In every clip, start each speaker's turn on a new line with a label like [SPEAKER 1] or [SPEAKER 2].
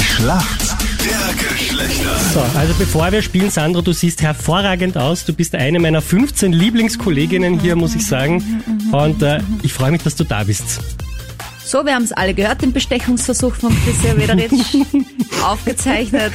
[SPEAKER 1] Schlacht der Geschlechter.
[SPEAKER 2] So, also bevor wir spielen, Sandra, du siehst hervorragend aus. Du bist eine meiner 15 Lieblingskolleginnen hier, muss ich sagen. Und äh, ich freue mich, dass du da bist.
[SPEAKER 3] So, wir haben es alle gehört, den Bestechungsversuch von Christian Wederitsch aufgezeichnet.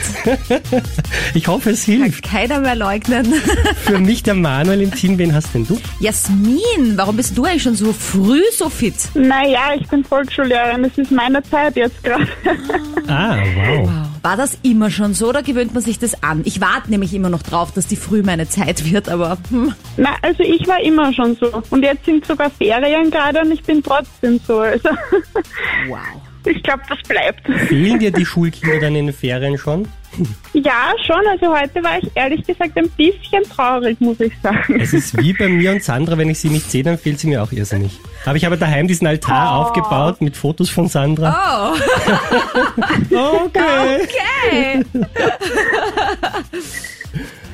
[SPEAKER 2] Ich hoffe, es
[SPEAKER 3] Kann
[SPEAKER 2] hilft.
[SPEAKER 3] keiner mehr leugnen.
[SPEAKER 2] Für mich der Manuel im Team, wen hast denn du?
[SPEAKER 3] Jasmin, warum bist du eigentlich schon so früh so fit?
[SPEAKER 4] Naja, ich bin Volksschullehrerin, das ist meine Zeit jetzt gerade.
[SPEAKER 2] Ah, wow.
[SPEAKER 3] War das immer schon so oder gewöhnt man sich das an? Ich warte nämlich immer noch drauf, dass die früh meine Zeit wird, aber hm,
[SPEAKER 4] Na, also ich war immer schon so. Und jetzt sind sogar Ferien gerade und ich bin trotzdem so. Also
[SPEAKER 3] wow.
[SPEAKER 4] ich glaube, das bleibt.
[SPEAKER 2] Fehlen dir die Schulkinder dann in den Ferien schon?
[SPEAKER 4] Ja, schon. Also heute war ich ehrlich gesagt ein bisschen traurig, muss ich sagen.
[SPEAKER 2] Es ist wie bei mir und Sandra, wenn ich sie nicht sehe, dann fehlt sie mir auch irrsinnig. Aber ich habe daheim diesen Altar aufgebaut mit Fotos von Sandra.
[SPEAKER 3] Oh,
[SPEAKER 2] Okay.
[SPEAKER 3] okay.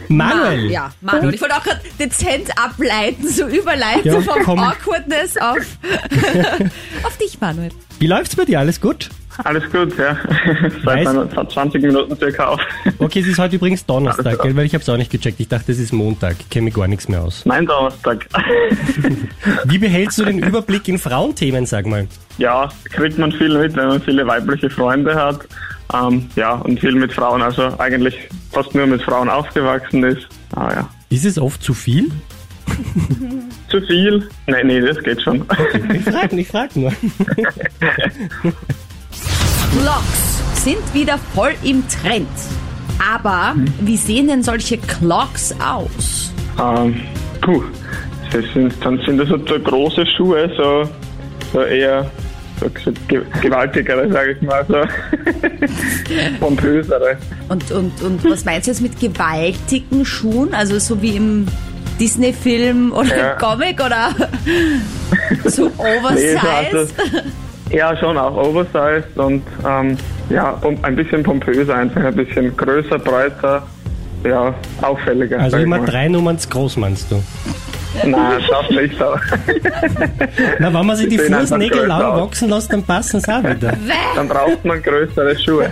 [SPEAKER 2] Manuel.
[SPEAKER 3] Ah, Ja, Manuel. Ich wollte auch gerade dezent ableiten, so überleiten
[SPEAKER 2] Ja,
[SPEAKER 3] vom
[SPEAKER 2] komm.
[SPEAKER 3] Awkwardness auf, auf dich, Manuel.
[SPEAKER 2] Wie läuft's bei dir? Alles gut?
[SPEAKER 5] Alles gut, ja.
[SPEAKER 2] Weiß-
[SPEAKER 5] Seit meiner- seit 20 Minuten circa auf.
[SPEAKER 2] Okay, es ist heute übrigens Donnerstag, gell? weil ich habe es auch nicht gecheckt. Ich dachte, es ist Montag. Ich kenne mich gar nichts mehr aus.
[SPEAKER 5] Mein Donnerstag.
[SPEAKER 2] Wie behältst du den Überblick in Frauenthemen, sag mal?
[SPEAKER 5] Ja, kriegt man viel mit, wenn man viele weibliche Freunde hat. Ähm, ja, und viel mit Frauen, also eigentlich fast nur mit Frauen aufgewachsen ist. Ah ja.
[SPEAKER 2] Ist es oft zu viel?
[SPEAKER 5] Zu viel? Nee, nee, das geht schon.
[SPEAKER 2] Ich frage ich frag nur.
[SPEAKER 3] Clocks sind wieder voll im Trend. Aber
[SPEAKER 5] Hm.
[SPEAKER 3] wie sehen denn solche Clocks aus?
[SPEAKER 5] Ähm, puh, das sind, dann sind das so große Schuhe, so, so eher so ge- gewaltigere, sage ich mal, so pompösere.
[SPEAKER 3] Und, und, und was meinst du jetzt mit gewaltigen Schuhen? Also so wie im Disney-Film oder
[SPEAKER 5] Ja.
[SPEAKER 3] im Comic oder so
[SPEAKER 5] Nee, also so hat
[SPEAKER 3] Oversize?
[SPEAKER 5] es- ja, schon auch oversized und ähm, ja, um, ein bisschen pompöser, einfach ein bisschen größer, breiter, ja, auffälliger.
[SPEAKER 2] Also
[SPEAKER 5] sag ich
[SPEAKER 2] immer
[SPEAKER 5] mal.
[SPEAKER 2] drei Nummern zu groß, meinst du?
[SPEAKER 5] Nein, das nicht so.
[SPEAKER 2] Na, wenn man sich die
[SPEAKER 5] Ich bin einfach
[SPEAKER 2] Fußnägel
[SPEAKER 5] größer
[SPEAKER 2] lang
[SPEAKER 5] aus.
[SPEAKER 2] wachsen lässt, dann passen sie auch wieder.
[SPEAKER 5] Dann braucht man größere Schuhe.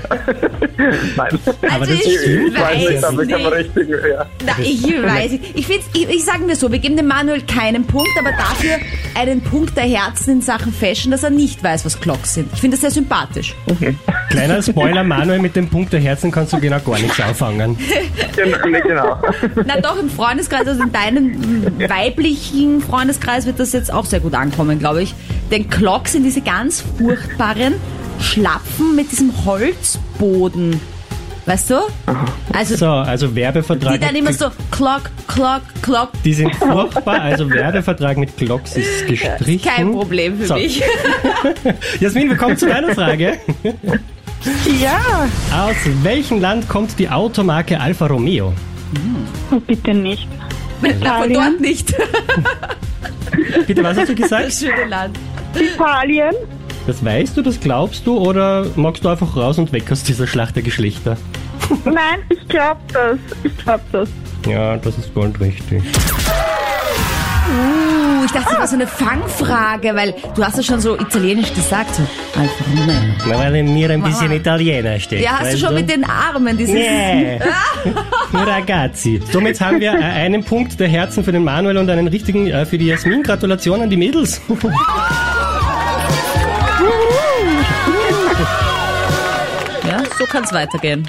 [SPEAKER 5] Nein.
[SPEAKER 2] Aber
[SPEAKER 3] also
[SPEAKER 2] das
[SPEAKER 3] ich
[SPEAKER 2] stimmt.
[SPEAKER 5] Ich weiß nicht,
[SPEAKER 3] weiß
[SPEAKER 5] ob ich am
[SPEAKER 3] nicht.
[SPEAKER 5] richtigen. Ja.
[SPEAKER 3] Na, ich weiß nicht. Ich, find's- ich, ich sagen wir so, wir geben dem Manuel keinen Punkt, aber dafür einen Punkt der Herzen in Sachen Fashion, dass er nicht weiß, was Clocks sind. Ich finde das sehr sympathisch.
[SPEAKER 2] Kleiner Spoiler, Manuel, mit dem Punkt der Herzen kannst du genau gar nichts anfangen.
[SPEAKER 5] Genau, nee, genau.
[SPEAKER 3] Na doch, im Freundeskreis, also in deinem mm, weiblichen Freundeskreis wird das jetzt auch sehr gut ankommen, glaube ich. Denn Clocks sind diese ganz furchtbaren Schlappen mit diesem Holzboden. Weißt du? Also
[SPEAKER 2] So, also Werbevertrag.
[SPEAKER 3] die dann immer so Clock, Clock, Clock.
[SPEAKER 2] Die sind furchtbar, also Werbevertrag mit Glocks ist gestrichen.
[SPEAKER 3] Kein Problem für
[SPEAKER 2] Hm? So.
[SPEAKER 3] mich.
[SPEAKER 2] Jasmin, wir kommen zu deiner Frage.
[SPEAKER 4] Ja.
[SPEAKER 2] Aus welchem Land kommt die Automarke Alfa Romeo?
[SPEAKER 4] Oh, bitte nicht.
[SPEAKER 3] Na, von dort nicht.
[SPEAKER 2] Bitte, was hast du gesagt?
[SPEAKER 3] Schöne Land.
[SPEAKER 4] Italien?
[SPEAKER 2] Das weißt du, das glaubst du oder magst du einfach raus und weg aus dieser Schlacht der Geschlechter?
[SPEAKER 4] Nein, ich glaube das. Ich glaube das.
[SPEAKER 2] Ja, das ist ganz richtig.
[SPEAKER 3] Uh, ich dachte, das war so eine Fangfrage, weil du hast ja schon so italienisch gesagt. So. Alfa Romeo.
[SPEAKER 2] Na, weil in mir ein bisschen Italiener steht.
[SPEAKER 3] Ja, hast du
[SPEAKER 2] weißt
[SPEAKER 3] schon mit den Armen dieses...
[SPEAKER 2] Yeah. Ragazzi. Somit haben wir äh, einen Punkt der Herzen für den Manuel und einen richtigen äh, für die Jasmin. Gratulation an die Mädels.
[SPEAKER 3] Ja, so kann's weitergehen.